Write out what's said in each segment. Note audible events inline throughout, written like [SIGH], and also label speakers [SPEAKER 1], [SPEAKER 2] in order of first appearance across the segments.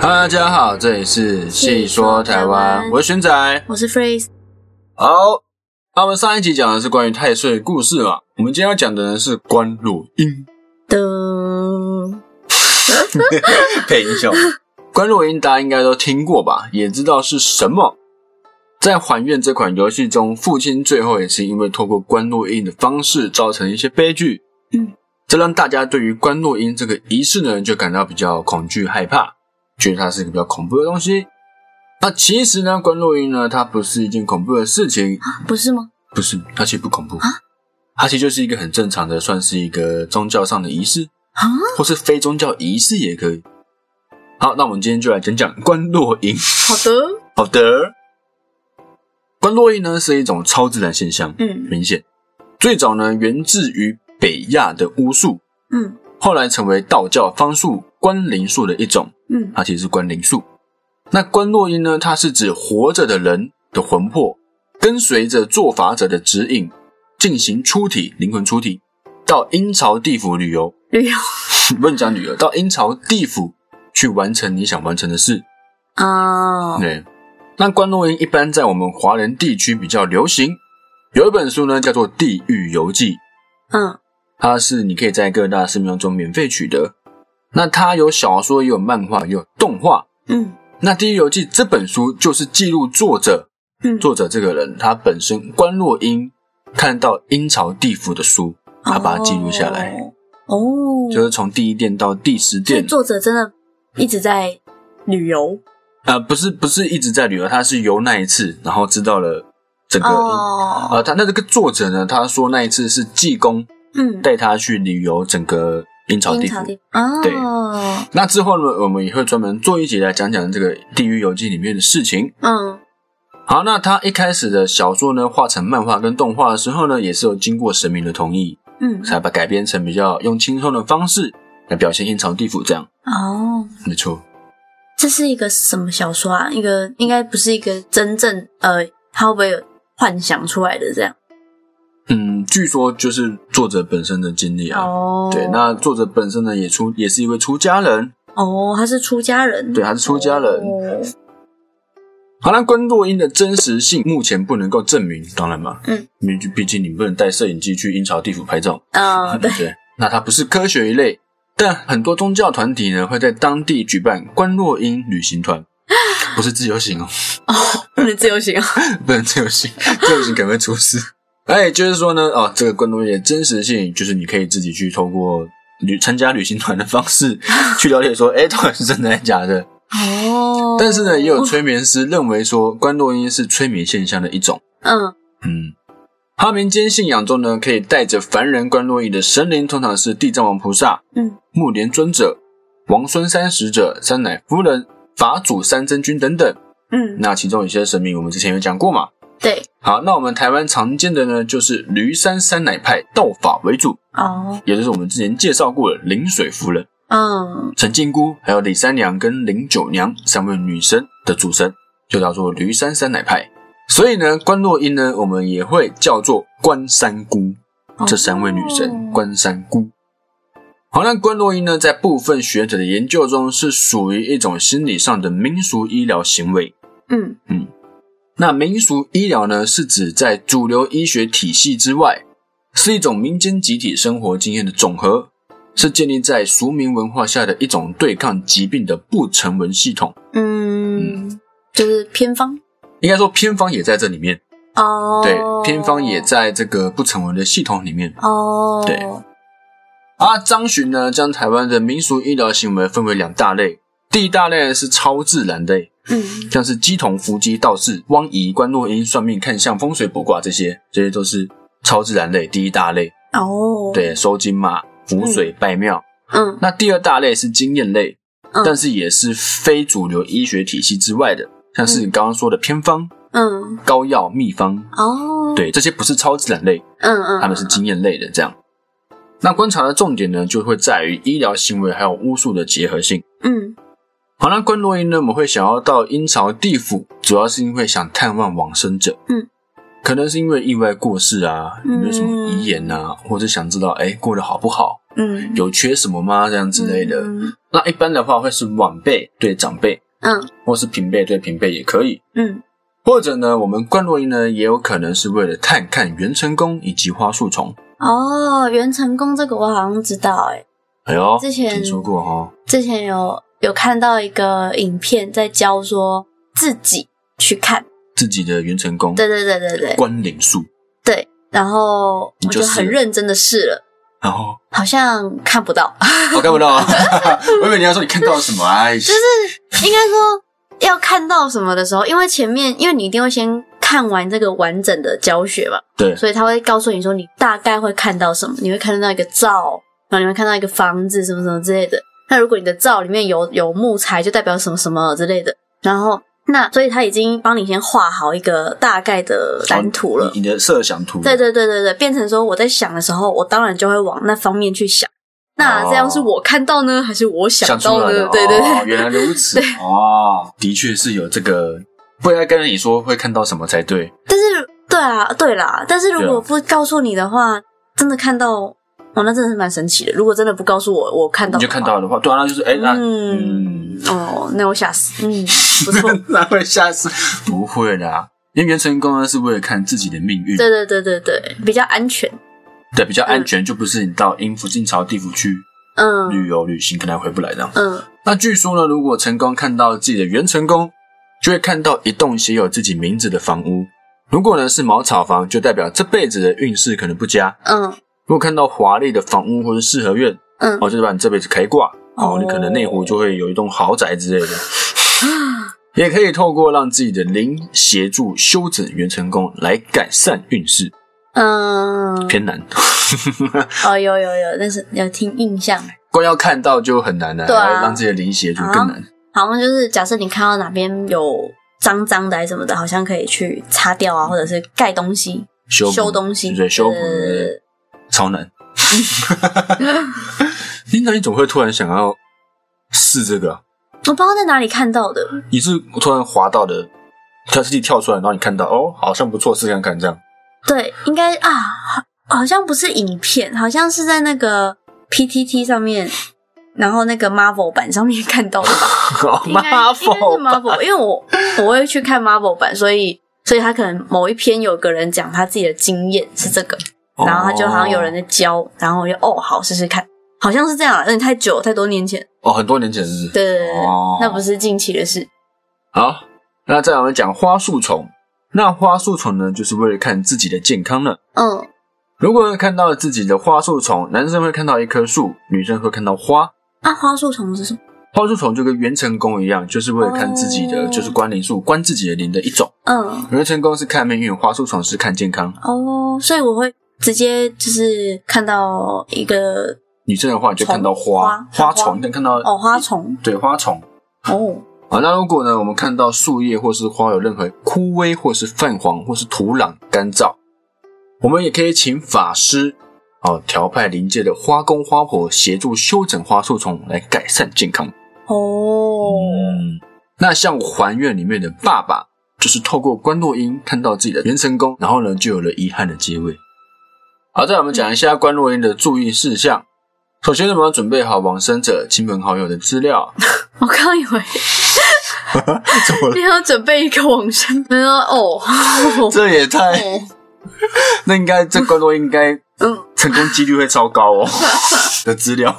[SPEAKER 1] 大家好，这里是细说台湾，我是玄仔。
[SPEAKER 2] 我是 Phrase，
[SPEAKER 1] 好，那我们上一集讲的是关于太岁的故事嘛，我们今天要讲的呢是关洛英
[SPEAKER 2] 的
[SPEAKER 1] 配英 [LAUGHS] 雄。关洛英大家应该都听过吧，也知道是什么。在《还愿》这款游戏中，父亲最后也是因为透过关洛英的方式造成一些悲剧，
[SPEAKER 2] 嗯，
[SPEAKER 1] 这让大家对于关洛英这个仪式呢就感到比较恐惧害怕，觉得它是一个比较恐怖的东西。那其实呢，关洛英呢，它不是一件恐怖的事情，
[SPEAKER 2] 不是吗？
[SPEAKER 1] 不是，它其实不恐怖，它其实就是一个很正常的，算是一个宗教上的仪式，
[SPEAKER 2] 啊，
[SPEAKER 1] 或是非宗教仪式也可以。好，那我们今天就来讲讲关洛英。
[SPEAKER 2] 好的，
[SPEAKER 1] 好的，关洛英呢是一种超自然现象，
[SPEAKER 2] 嗯
[SPEAKER 1] 明显最早呢源自于北亚的巫术，
[SPEAKER 2] 嗯
[SPEAKER 1] 后来成为道教方术关灵术的一种，
[SPEAKER 2] 嗯
[SPEAKER 1] 它其实是关灵术。那关洛音呢，它是指活着的人的魂魄跟随着做法者的指引进行出体，灵魂出体到阴曹地府旅游，
[SPEAKER 2] 旅游
[SPEAKER 1] [LAUGHS] 不能讲旅游，到阴曹地府去完成你想完成的事。
[SPEAKER 2] 啊，
[SPEAKER 1] 对，那关洛音一般在我们华人地区比较流行。有一本书呢，叫做《地狱游记》，
[SPEAKER 2] 嗯
[SPEAKER 1] 它是你可以在各大寺庙中免费取得。那它有小说，也有漫画，也有动画。
[SPEAKER 2] 嗯
[SPEAKER 1] 那《地狱游记》这本书就是记录作者，
[SPEAKER 2] 嗯，
[SPEAKER 1] 作者这个人他本身关洛英看到阴曹地府的书，他把它记录下来，
[SPEAKER 2] 哦，
[SPEAKER 1] 就是从第一殿到第十
[SPEAKER 2] 所以
[SPEAKER 1] 殿。
[SPEAKER 2] 作者真的一直在旅游
[SPEAKER 1] 呃，不是不是一直在旅游，他是由那一次，然后知道了整个
[SPEAKER 2] 哦，
[SPEAKER 1] 呃，他那这个作者呢，他说那一次是济公
[SPEAKER 2] 嗯，
[SPEAKER 1] 带他去旅游整个阴曹地
[SPEAKER 2] 阴
[SPEAKER 1] 府
[SPEAKER 2] 曹。地啊，
[SPEAKER 1] 对那之后呢，我们也会专门做一集来讲讲这个《地狱游记》里面的事情。
[SPEAKER 2] 嗯
[SPEAKER 1] 好，那他一开始的小说呢，画成漫画跟动画的时候呢，也是有经过神明的同意，
[SPEAKER 2] 嗯，
[SPEAKER 1] 才把改编成比较用轻松的方式来表现阴曹地府这样。
[SPEAKER 2] 哦，
[SPEAKER 1] 没错，
[SPEAKER 2] 这是一个什么小说啊？一个应该不是一个真正呃，他会不会有幻想出来的这样？
[SPEAKER 1] 嗯，据说就是作者本身的经历啊。
[SPEAKER 2] 哦，
[SPEAKER 1] 对，那作者本身呢，也出也是一位出家人，
[SPEAKER 2] 哦，他是出家人，
[SPEAKER 1] 对，他是出家人，
[SPEAKER 2] 哦
[SPEAKER 1] 好，那关洛英的真实性目前不能够证明，当然嘛，
[SPEAKER 2] 嗯，
[SPEAKER 1] 毕毕竟你不能带摄影机去阴曹地府拍照，
[SPEAKER 2] 嗯，对，
[SPEAKER 1] 对。那它不是科学一类，但很多宗教团体呢会在当地举办关洛英旅行团，
[SPEAKER 2] 啊
[SPEAKER 1] 不是自由行哦，
[SPEAKER 2] 不能自由行啊。
[SPEAKER 1] 不能自由行，自由行可能会出事。哎，就是说呢，哦，这个关洛英的真实性，就是你可以自己去透过旅参加旅行团的方式 [LAUGHS] 去了解说，哎，到底是真的还是假的？
[SPEAKER 2] 哦，
[SPEAKER 1] 但是呢，也有催眠师认为说，关洛英是催眠现象的一种。
[SPEAKER 2] 嗯
[SPEAKER 1] 嗯，他民间信仰中呢，可以带着凡人观落意的神灵，通常是地藏王菩萨、
[SPEAKER 2] 嗯
[SPEAKER 1] 木莲尊者、王孙三使者、三奶夫人、法主三真君等等。
[SPEAKER 2] 嗯，
[SPEAKER 1] 那其中有些神明我们之前有讲过嘛。
[SPEAKER 2] 对，
[SPEAKER 1] 好，那我们台湾常见的呢，就是驴山三奶派道法为主，
[SPEAKER 2] 哦，
[SPEAKER 1] 也就是我们之前介绍过的灵水夫人、
[SPEAKER 2] 嗯
[SPEAKER 1] 陈靖姑，还有李三娘跟林九娘三位女神的主神，就叫做驴山三奶派。所以呢，关洛英呢，我们也会叫做关山姑。
[SPEAKER 2] 哦
[SPEAKER 1] 这三位女神
[SPEAKER 2] 哦
[SPEAKER 1] 关山姑。好，那关洛英呢，在部分学者的研究中是属于一种心理上的民俗医疗行为。
[SPEAKER 2] 嗯
[SPEAKER 1] 那民俗医疗呢，是指在主流医学体系之外，是一种民间集体生活经验的总和，是建立在俗民文化下的一种对抗疾病的不成文系统。
[SPEAKER 2] 嗯，就是偏方
[SPEAKER 1] 应该说，偏方也在这里面，
[SPEAKER 2] 哦，
[SPEAKER 1] 对，偏方也在这个不成文的系统里面。
[SPEAKER 2] 哦，
[SPEAKER 1] 对而张巡呢，将台湾的民俗医疗行为分为两大类。第一大类是超自然类，
[SPEAKER 2] 嗯
[SPEAKER 1] 像是鸡童、伏击、道士、汪仪、关洛英、算命、看相、风水、卜卦这些，这些都是超自然类第一大类。
[SPEAKER 2] 哦，，
[SPEAKER 1] 对，收金马、符水、拜庙。
[SPEAKER 2] 嗯
[SPEAKER 1] 那第二大类是经验类，
[SPEAKER 2] 嗯
[SPEAKER 1] 但是也是非主流医学体系之外的，像是你刚刚说的偏方、
[SPEAKER 2] 嗯
[SPEAKER 1] 膏药、秘方，
[SPEAKER 2] 哦，，
[SPEAKER 1] 对，这些不是超自然类。
[SPEAKER 2] 嗯嗯，
[SPEAKER 1] 他们是经验类的这样。那观察的重点呢，就会在于医疗行为还有巫术的结合性。
[SPEAKER 2] 嗯
[SPEAKER 1] 好，那关洛英呢，我们会想要到阴曹地府，主要是因为想探望往生者。
[SPEAKER 2] 嗯，
[SPEAKER 1] 可能是因为意外过世啊，有没有什么遗言啊，或者想知道哎过得好不好，
[SPEAKER 2] 嗯
[SPEAKER 1] 有缺什么吗，这样之类的。
[SPEAKER 2] 嗯
[SPEAKER 1] 那一般的话会是晚辈对长辈，
[SPEAKER 2] 嗯
[SPEAKER 1] 或是平辈对平辈也可以。
[SPEAKER 2] 嗯
[SPEAKER 1] 或者呢，我们冠落音呢，也有可能是为了探看袁成功以及花树虫。
[SPEAKER 2] 哦，袁成功这个我好像知道哎、
[SPEAKER 1] 哎呦，
[SPEAKER 2] 之前
[SPEAKER 1] 听说过哦。
[SPEAKER 2] 之前有有看到一个影片在教说自己去看，
[SPEAKER 1] 自己的袁成功
[SPEAKER 2] 对对对对对
[SPEAKER 1] 关岭树，
[SPEAKER 2] 对，然后
[SPEAKER 1] 你
[SPEAKER 2] 我
[SPEAKER 1] 就
[SPEAKER 2] 就很
[SPEAKER 1] 试了
[SPEAKER 2] 认真的试了，
[SPEAKER 1] 然后哦
[SPEAKER 2] 好像看不到， [LAUGHS]
[SPEAKER 1] 我看不到啊，我以为你要说你看到了什么啊？哎
[SPEAKER 2] 应该说要看到什么的时候，因为前面因为你一定会先看完这个完整的教学嘛，
[SPEAKER 1] 对，
[SPEAKER 2] 所以他会告诉你说你大概会看到什么，你会看到一个灶，然后你会看到一个房子什么什么之类的。那如果你的灶里面有有木材，就代表什么什么之类的。然后那所以他已经帮你先画好一个大概的蓝图了。
[SPEAKER 1] 哦你你的设想图，
[SPEAKER 2] 对对对对对，变成说我在想的时候，我当然就会往那方面去想。那
[SPEAKER 1] 哦
[SPEAKER 2] 这样是我看到呢，还是我
[SPEAKER 1] 想出
[SPEAKER 2] 到
[SPEAKER 1] 来
[SPEAKER 2] 呢？
[SPEAKER 1] 的，
[SPEAKER 2] 对对对，
[SPEAKER 1] 哦，原来如此，哦，的确是有这个，不应该跟你说会看到什么才对，
[SPEAKER 2] 但是 [LAUGHS] 对啊，对啦，但是如
[SPEAKER 1] 对啊
[SPEAKER 2] 果不告诉你的话，真的看到哦，那真的是蛮神奇的。如果真的不告诉我，我看到
[SPEAKER 1] 你就
[SPEAKER 2] 的
[SPEAKER 1] 看
[SPEAKER 2] 话
[SPEAKER 1] 到的话，对啊，那就是哎，那
[SPEAKER 2] 嗯，哦，那我吓死，嗯，不错，
[SPEAKER 1] [LAUGHS] 那会吓死，不会啦。因为袁成功呢是为了看自己的命运，
[SPEAKER 2] 对对对对对，比较安全，
[SPEAKER 1] 对，比较安全，就不是你到阴府晋朝地府去
[SPEAKER 2] 嗯
[SPEAKER 1] 旅游旅行，可能回不来这样。
[SPEAKER 2] 嗯，
[SPEAKER 1] 那据说呢，如果成功看到自己的原成功，就会看到一栋写有自己名字的房屋。如果呢是茅草房，就代表这辈子的运势可能不佳；
[SPEAKER 2] 嗯
[SPEAKER 1] 如果看到华丽的房屋或者四合院，
[SPEAKER 2] 嗯，
[SPEAKER 1] 哦，就代表你这辈子开挂，哦
[SPEAKER 2] 哦，
[SPEAKER 1] 你可能内湖就会有一栋豪宅之类的。 [LAUGHS] 也可以透过让自己的灵协助修整原成功，来改善运势。
[SPEAKER 2] 嗯，
[SPEAKER 1] 偏难， [LAUGHS]
[SPEAKER 2] 哦，有有有，但是有听印象，
[SPEAKER 1] 光要看到就很难了，
[SPEAKER 2] 对啊啊
[SPEAKER 1] 还要让自己的灵协助更难。
[SPEAKER 2] 好像就是假设你看到哪边有脏脏的还是什么的，好像可以去擦掉啊，或者是盖东西、
[SPEAKER 1] 修补
[SPEAKER 2] 修东西，
[SPEAKER 1] 对，修补
[SPEAKER 2] 对对对对
[SPEAKER 1] [LAUGHS] 超难。你那你怎么会突然想要试这个啊？
[SPEAKER 2] 我不知道在哪里看到的，
[SPEAKER 1] 你是突然滑到的，它自己跳出来，然后你看到哦，好像不错，试看看这样。 [LAUGHS]
[SPEAKER 2] 对，应该啊，好好像不是影片，好像是在那个 PTT 上面，然后那个 Marvel 版上面看到
[SPEAKER 1] [LAUGHS]
[SPEAKER 2] 的吧？应该应该是
[SPEAKER 1] Marvel，
[SPEAKER 2] Marvel，因为我我会去看 Marvel 版，所以所以他可能某一篇有个人讲他自己的经验是这个，
[SPEAKER 1] 哦
[SPEAKER 2] 然后他就好像有人在教，然后我就哦好试试看，好像是这样啊，有点太久太多年前，
[SPEAKER 1] 哦，很多年前是不是。
[SPEAKER 2] 对对对对，
[SPEAKER 1] 哦
[SPEAKER 2] 那不是近期的事，
[SPEAKER 1] 好，那再来我们讲花树虫。那花树虫呢，就是为了看自己的健康呢。
[SPEAKER 2] 嗯
[SPEAKER 1] 如果呢看到了自己的花树虫，男生会看到一棵树，女生会看到花。
[SPEAKER 2] 啊，花树虫是什么？
[SPEAKER 1] 花树虫就跟元成功一样，就是为了看自己的，
[SPEAKER 2] 哦
[SPEAKER 1] 就是关灵术，关自己的灵的一种。
[SPEAKER 2] 嗯
[SPEAKER 1] 元成功是看命运，花树虫是看健康。
[SPEAKER 2] 哦，所以我会直接就是看到一个
[SPEAKER 1] 女生的话，你就看到花
[SPEAKER 2] 花
[SPEAKER 1] 花
[SPEAKER 2] 花
[SPEAKER 1] 虫，你能看到
[SPEAKER 2] 哦，花虫
[SPEAKER 1] 对花虫。
[SPEAKER 2] 哦，
[SPEAKER 1] 啊，那如果呢，我们看到树叶或是花有任何枯萎，或是泛黄，或是土壤干燥，我们也可以请法师哦调派灵界的花公花婆协助修整花树丛，来改善健康。
[SPEAKER 2] 哦，
[SPEAKER 1] 嗯，那像还愿里面的爸爸，就是透过关洛音看到自己的元神功，然后呢就有了遗憾的结尾。好，再来我们讲一下关洛音的注意事项。首先呢，我们要准备好往生者、亲朋好友的资料。 [LAUGHS]
[SPEAKER 2] 我刚以为
[SPEAKER 1] 怎
[SPEAKER 2] [LAUGHS]
[SPEAKER 1] 么了？
[SPEAKER 2] 你要准备一个往生，没有哦，
[SPEAKER 1] 这也太……那应该这关洛应该
[SPEAKER 2] 嗯，
[SPEAKER 1] 成功几率会超高哦。的资料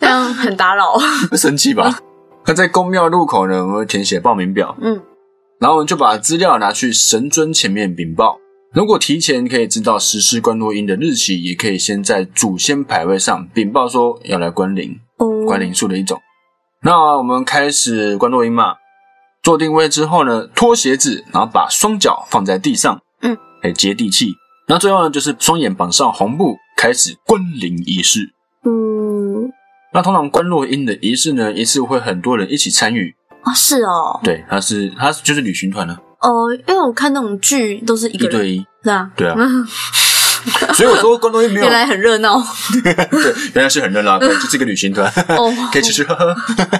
[SPEAKER 2] 这样很打扰，
[SPEAKER 1] 会生气吧？那在公庙入口呢，我们会填写报名表，
[SPEAKER 2] 嗯
[SPEAKER 1] 然后我们就把资料拿去神尊前面禀报。如果提前可以知道实施关落音的日期，也可以先在祖先牌位上禀报说要来关灵， [LAUGHS]
[SPEAKER 2] 哦，
[SPEAKER 1] 关灵术的一种。那我们开始关落音嘛，做定位之后呢，脱鞋子，然后把双脚放在地上，
[SPEAKER 2] 嗯，
[SPEAKER 1] 哎，接地气。然后最后呢，就是双眼绑上红布，开始关灵仪式。
[SPEAKER 2] 嗯，
[SPEAKER 1] 那通常关落音的仪式呢，一次会很多人一起参与。
[SPEAKER 2] 哦是哦，
[SPEAKER 1] 对，它是它就是旅行团呢、啊
[SPEAKER 2] 哦，因为我看那种剧都是一
[SPEAKER 1] 一
[SPEAKER 2] 个人，
[SPEAKER 1] 对一。
[SPEAKER 2] 是啊，
[SPEAKER 1] 对啊
[SPEAKER 2] 嗯
[SPEAKER 1] 所以我说关落音没有，
[SPEAKER 2] 原来很热闹
[SPEAKER 1] 对，原来是很热
[SPEAKER 2] [LAUGHS]
[SPEAKER 1] 闹，对就是一个旅行团，
[SPEAKER 2] 哦，
[SPEAKER 1] 可以吃吃喝喝。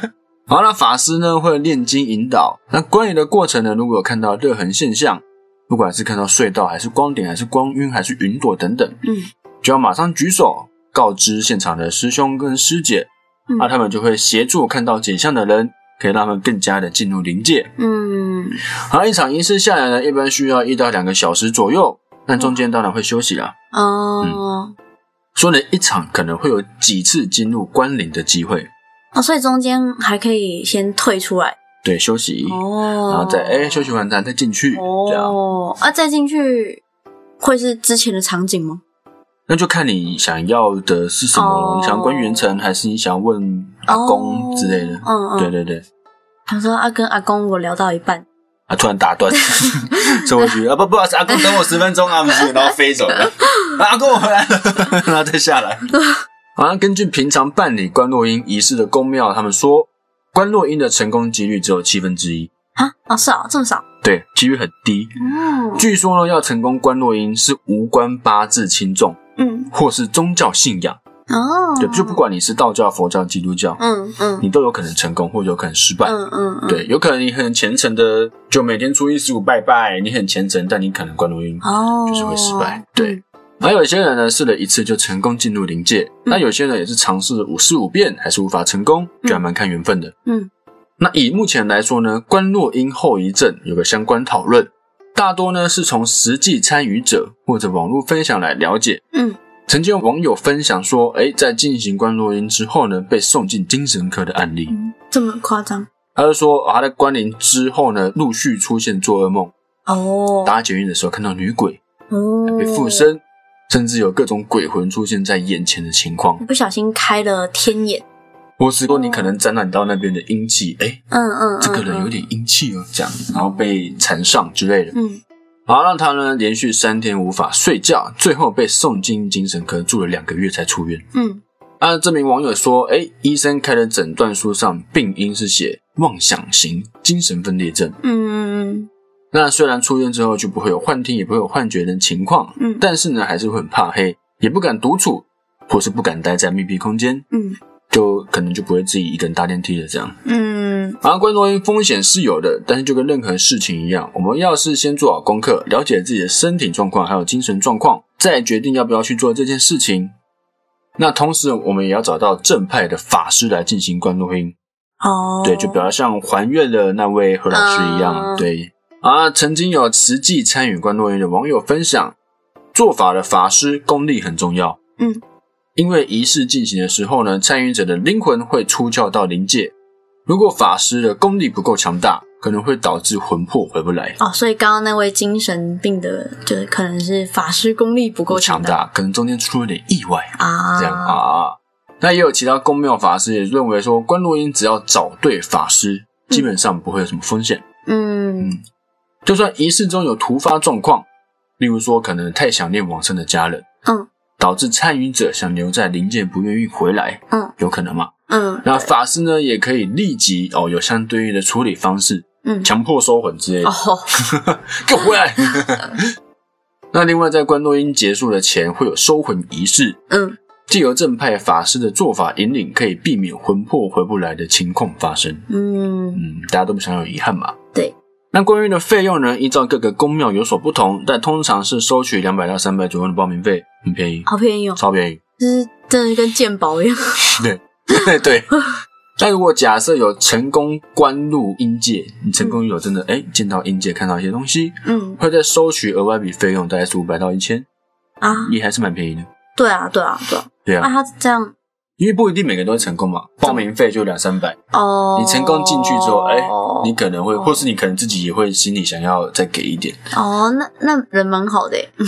[SPEAKER 1] [LAUGHS] 好，那法师呢会念经引导。那关于的过程呢，如果有看到热痕现象，不管是看到隧道，还是光点，还是光晕，还是云朵等等，
[SPEAKER 2] 嗯
[SPEAKER 1] 就要马上举手告知现场的师兄跟师姐，
[SPEAKER 2] 嗯
[SPEAKER 1] 那、他们就会协助看到景象的人，可以让他们更加的进入灵界。
[SPEAKER 2] 嗯，
[SPEAKER 1] 好，一场仪式下来呢，一般需要一到两个小时左右，但中间当然会休息啦。嗯
[SPEAKER 2] 哦，
[SPEAKER 1] 所以呢，一场可能会有几次进入关灵的机会，
[SPEAKER 2] 哦，所以中间还可以先退出来，
[SPEAKER 1] 对，休息，
[SPEAKER 2] 哦，
[SPEAKER 1] 嗯然后再哎、休息完咱再进去，这样，
[SPEAKER 2] 哦，啊，再进去会是之前的场景吗？
[SPEAKER 1] 那就看你想要的是什么了。
[SPEAKER 2] 哦
[SPEAKER 1] 你想要关元城，还是你想要问阿公
[SPEAKER 2] 哦
[SPEAKER 1] 之类的？
[SPEAKER 2] 嗯嗯，
[SPEAKER 1] 对对对，
[SPEAKER 2] 他说啊，跟阿公我聊到一半，
[SPEAKER 1] 啊，突然打断， [LAUGHS] 所以我觉得啊，不不好意思，阿公等我十分钟啊，不是然后飞走了，啊阿公我回来了，然后再下来。好像根据平常办理关落音仪式的宫庙，他们说关落音的成功几率只有七分之一，
[SPEAKER 2] 啊，哦，是哦，这么少，
[SPEAKER 1] 对，几率很低。
[SPEAKER 2] 嗯
[SPEAKER 1] 据说呢，要成功关落音是无关八字轻重
[SPEAKER 2] 嗯，
[SPEAKER 1] 或是宗教信仰，
[SPEAKER 2] 哦，
[SPEAKER 1] 对，就不，管你是道教、佛教、基督教，
[SPEAKER 2] 嗯嗯
[SPEAKER 1] 你都有可能成功或有可能失败。
[SPEAKER 2] 嗯嗯嗯，，
[SPEAKER 1] 对，有可能你很虔诚的，就每天初一十五拜拜，你很虔诚，但你可能关录音。
[SPEAKER 2] 哦，
[SPEAKER 1] 就是会失败对，而有些人呢，试了一次就成功进入灵
[SPEAKER 2] 嗯
[SPEAKER 1] 界，那有些人也是尝试了五试五遍，还是无法成功，就还蛮看缘分的。
[SPEAKER 2] 嗯
[SPEAKER 1] 那以目前来说呢，关落音后遗症有个相关讨论，大多呢是从实际参与者或者网络分享来了解。
[SPEAKER 2] 嗯，
[SPEAKER 1] 曾经有网友分享说，哎，在进行关落音之后呢，被送进精神科的案例。
[SPEAKER 2] 嗯这么夸张
[SPEAKER 1] 他就说，啊他在关灵之后呢，陆续出现做噩梦，
[SPEAKER 2] 哦，
[SPEAKER 1] 搭捷运的时候看到女鬼，
[SPEAKER 2] 哦
[SPEAKER 1] 被附，身，甚至有各种鬼魂出现在眼前的情况，
[SPEAKER 2] 不小心开了天眼，
[SPEAKER 1] 或是说你可能沾染到那边的阴气，哎、
[SPEAKER 2] 嗯嗯，嗯
[SPEAKER 1] 这个人有，点阴气哦，这样，然后被缠上之类的，
[SPEAKER 2] 嗯
[SPEAKER 1] 然后让他呢连续三天无法睡觉，最后被送进精神科住了两个月才出院。
[SPEAKER 2] 嗯
[SPEAKER 1] 按这名网友说，哎，医生开的诊断书上病因是写妄想型精神分裂症。
[SPEAKER 2] 嗯
[SPEAKER 1] 那虽然出院之后就不会有幻听，也不会有幻觉的情况，
[SPEAKER 2] 嗯
[SPEAKER 1] 但是呢，还是会很怕黑，也不敢独处，或是不敢待在密闭空间，
[SPEAKER 2] 嗯
[SPEAKER 1] 就可能就不会自己一个人搭电梯了。这样，
[SPEAKER 2] 嗯
[SPEAKER 1] 而关落音风险是有的，但是就跟任何事情一样，我们要是先做好功课，了解自己的身体状况还有精神状况，再决定要不要去做这件事情。那同时，我们也要找到正派的法师来进行关落音，
[SPEAKER 2] 哦，
[SPEAKER 1] 对，就比较像还愿的那位何老师一样，
[SPEAKER 2] 嗯
[SPEAKER 1] 对啊，曾经有实际参与观落音的网友分享，做法的法师功力很重要，
[SPEAKER 2] 嗯，
[SPEAKER 1] 因为仪式进行的时候呢，参与者的灵魂会出窍到灵界，如果法师的功力不够强大，可能会导致魂魄回不来，
[SPEAKER 2] 哦，所以刚刚那位精神病的，就是可能是法师功力不
[SPEAKER 1] 不
[SPEAKER 2] 够
[SPEAKER 1] 强
[SPEAKER 2] 大
[SPEAKER 1] 大，可能中间出了点意外，
[SPEAKER 2] 啊，
[SPEAKER 1] 这样啊啊。啊那也有其他宫庙法师也认为说，观落音只要找对法师，基本上不会有什么风险。
[SPEAKER 2] 嗯
[SPEAKER 1] 嗯，就算仪式中有突发状况，例如说可能太想念往生的家人，
[SPEAKER 2] 嗯
[SPEAKER 1] 导致参与者想留在灵界不愿意回来，
[SPEAKER 2] 嗯
[SPEAKER 1] 有可能嘛？
[SPEAKER 2] 嗯，
[SPEAKER 1] 那法师呢也可以立即哦有相对应的处理方式，
[SPEAKER 2] 嗯
[SPEAKER 1] 强迫收魂之类的，
[SPEAKER 2] 哦，
[SPEAKER 1] 给我回
[SPEAKER 2] [LAUGHS]
[SPEAKER 1] 来。那另外在关落音结束的前会有收魂仪式，
[SPEAKER 2] 嗯
[SPEAKER 1] 借由正派法师的做法引领，可以避免魂魄回不来的情况发生。
[SPEAKER 2] 嗯
[SPEAKER 1] 嗯，大家都不想有遗憾嘛。
[SPEAKER 2] 对。
[SPEAKER 1] 那关于的费用呢，依照各个宫庙有所不同，但通常是收取两百到三百左右的报名费，很便宜，
[SPEAKER 2] 好便宜哦，
[SPEAKER 1] 超便宜。 [LAUGHS]
[SPEAKER 2] 就是真的跟鉴宝 [LAUGHS] 一样，
[SPEAKER 1] 对对。那如果假设有成功关入阴界，你成功有真的哎、诶见到阴界，看到一些东西，
[SPEAKER 2] 嗯
[SPEAKER 1] 会再收取额外一笔费用，大概是五百到一千，
[SPEAKER 2] 啊，
[SPEAKER 1] 也还是蛮便宜的。
[SPEAKER 2] 对啊对啊对啊，哦
[SPEAKER 1] 对
[SPEAKER 2] 那
[SPEAKER 1] 啊，
[SPEAKER 2] 他这样
[SPEAKER 1] 因为不一定每个人都会成功嘛，报名费就两三百，
[SPEAKER 2] 哦，
[SPEAKER 1] 你成功进去之后，哎、你可能会，
[SPEAKER 2] 哦
[SPEAKER 1] 或是你可能自己也会心里想要再给一点，
[SPEAKER 2] 哦，那那人蛮好的耶， [LAUGHS]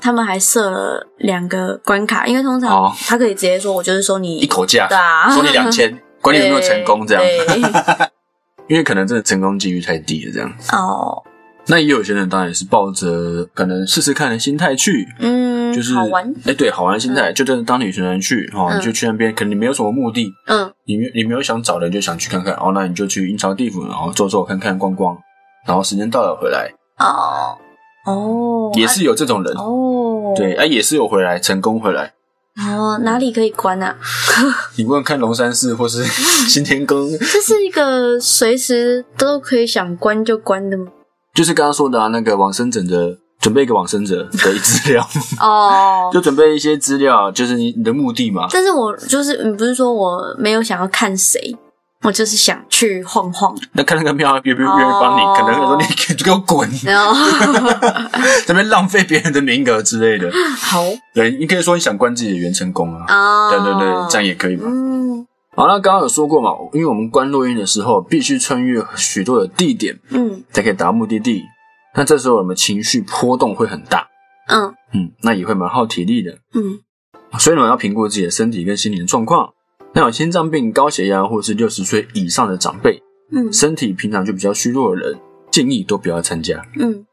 [SPEAKER 2] 他们还设了两个关卡，因为通
[SPEAKER 1] 哦
[SPEAKER 2] 常他可以直接说，我就是收你
[SPEAKER 1] 一口价
[SPEAKER 2] [LAUGHS]
[SPEAKER 1] [LAUGHS]
[SPEAKER 2] 对，啊，
[SPEAKER 1] 收你两
[SPEAKER 2] [LAUGHS]
[SPEAKER 1] 千，管你有没有成功这样， [LAUGHS]
[SPEAKER 2] 样，对
[SPEAKER 1] 因为可能真的成功几率太低了这样。
[SPEAKER 2] 哦，
[SPEAKER 1] 那也有些人当然是抱着可能试试看的心态去，
[SPEAKER 2] 嗯，
[SPEAKER 1] 就是
[SPEAKER 2] 好玩，
[SPEAKER 1] 哎、对，好玩的心态，就真的当旅行人去哦，
[SPEAKER 2] 嗯
[SPEAKER 1] 你就去那边，可能你没有什么目的，
[SPEAKER 2] 嗯
[SPEAKER 1] 你没你没有想找的，你就想去看看，哦，那你就去阴曹地府，然后走走看看逛逛，然后时间到了回来，
[SPEAKER 2] 哦哦，
[SPEAKER 1] 也是有这种人，
[SPEAKER 2] 啊哦，
[SPEAKER 1] 对，哎、也是有回来成功回来。
[SPEAKER 2] 哦，哪里可以关啊？
[SPEAKER 1] 你问看龙山寺或是 [LAUGHS] 新天宫，
[SPEAKER 2] 这是一个随时都可以想关就关的吗？
[SPEAKER 1] 就是刚刚说的、啊、那个往生者的准备一个往生者的资料。
[SPEAKER 2] 哦，
[SPEAKER 1] [LAUGHS] 就准备一些资料，就是你你的目的嘛。
[SPEAKER 2] 嗯但是我就是你不是说我没有想要看谁，我就是想去晃晃，
[SPEAKER 1] 那看那个庙愿不愿意帮你，
[SPEAKER 2] 哦
[SPEAKER 1] 可能有时候你就给我滚，[LAUGHS]
[SPEAKER 2] 然后 [LAUGHS]
[SPEAKER 1] 这边浪费别人的名额之类的。
[SPEAKER 2] 好
[SPEAKER 1] 对，你可以说你想关自己的元成功啊，
[SPEAKER 2] 啊，
[SPEAKER 1] 对对对，这样也可以嘛。
[SPEAKER 2] 嗯
[SPEAKER 1] 好，那刚刚有说过嘛，因为我们关录音的时候必须穿越许多的地点
[SPEAKER 2] 嗯
[SPEAKER 1] 才可以达到目的地，那这时候我们情绪波动会很大，
[SPEAKER 2] 嗯
[SPEAKER 1] 嗯，那也会蛮耗体力的，
[SPEAKER 2] 嗯
[SPEAKER 1] 所以呢，要评估自己的身体跟心理的状况。那有心脏病、高血压或是六十岁以上的长辈，
[SPEAKER 2] 嗯
[SPEAKER 1] 身体平常就比较虚弱的人，建议都不要参加。
[SPEAKER 2] 嗯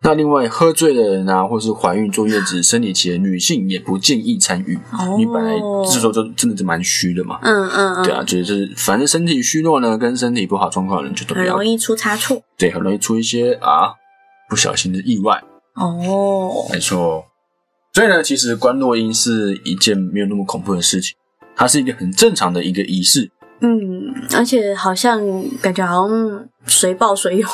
[SPEAKER 1] 那另外，喝醉的人啊，或是怀孕、坐月子、生理期的女性也不建议参与。
[SPEAKER 2] 哦
[SPEAKER 1] 你本来这时候就真的是蛮虚的嘛。
[SPEAKER 2] 嗯嗯嗯，
[SPEAKER 1] 对啊，就是反正身体虚弱呢，跟身体不好状况的人就都不
[SPEAKER 2] 很
[SPEAKER 1] 要
[SPEAKER 2] 容，易出差错
[SPEAKER 1] 对，很容易出一些啊不小心的意外。
[SPEAKER 2] 哦，
[SPEAKER 1] 没错，所以呢，其实观落阴是一件没有那么恐怖的事情，它是一个很正常的一个仪式。
[SPEAKER 2] 嗯，而且好像感觉好像随报随有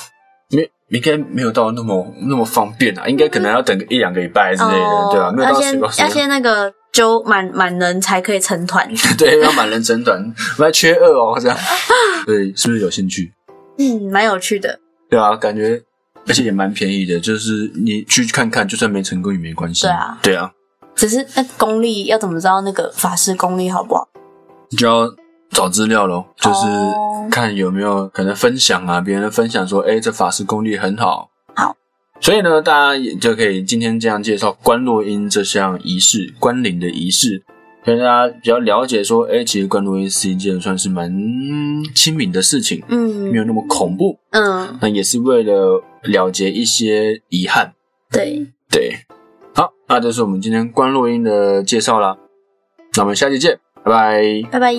[SPEAKER 1] 没应该没有到那么那么方便啊，应该可能要等个一两个礼拜之类的，
[SPEAKER 2] 哦，
[SPEAKER 1] 对啊吧、没有
[SPEAKER 2] 要
[SPEAKER 1] 到十
[SPEAKER 2] 先
[SPEAKER 1] 个
[SPEAKER 2] 要先那个揪满满人才可以
[SPEAKER 1] [LAUGHS]
[SPEAKER 2] 成团，
[SPEAKER 1] 对，要满人诊短，我还缺二哦，这样，
[SPEAKER 2] 啊
[SPEAKER 1] 对，是不是有兴趣？
[SPEAKER 2] 嗯，蛮有趣的，
[SPEAKER 1] 对啊，感觉而且也蛮便宜的，就是你去看看，就算没成功也没关系。
[SPEAKER 2] 对啊，
[SPEAKER 1] 对啊，
[SPEAKER 2] 只是那功力要怎么知道那个法师功力好不好？
[SPEAKER 1] 你就要找资料咯，就是
[SPEAKER 2] 哦
[SPEAKER 1] 看有没有可能分享啊，别人分享说，哎，这法师功力很好。
[SPEAKER 2] 好，
[SPEAKER 1] 所以呢，大家也就可以今天这样介绍观落音这项仪式，关灵的仪式。让大家比较了解说，哎、其实观落音是一件算是蛮亲民的事情，没
[SPEAKER 2] 嗯
[SPEAKER 1] 有那么恐怖。
[SPEAKER 2] 嗯，
[SPEAKER 1] 那也是为了了结一些遗憾。
[SPEAKER 2] 对，
[SPEAKER 1] 对，好，那这是我们今天关录音的介绍啦，那我们下期见，拜拜。
[SPEAKER 2] 拜拜。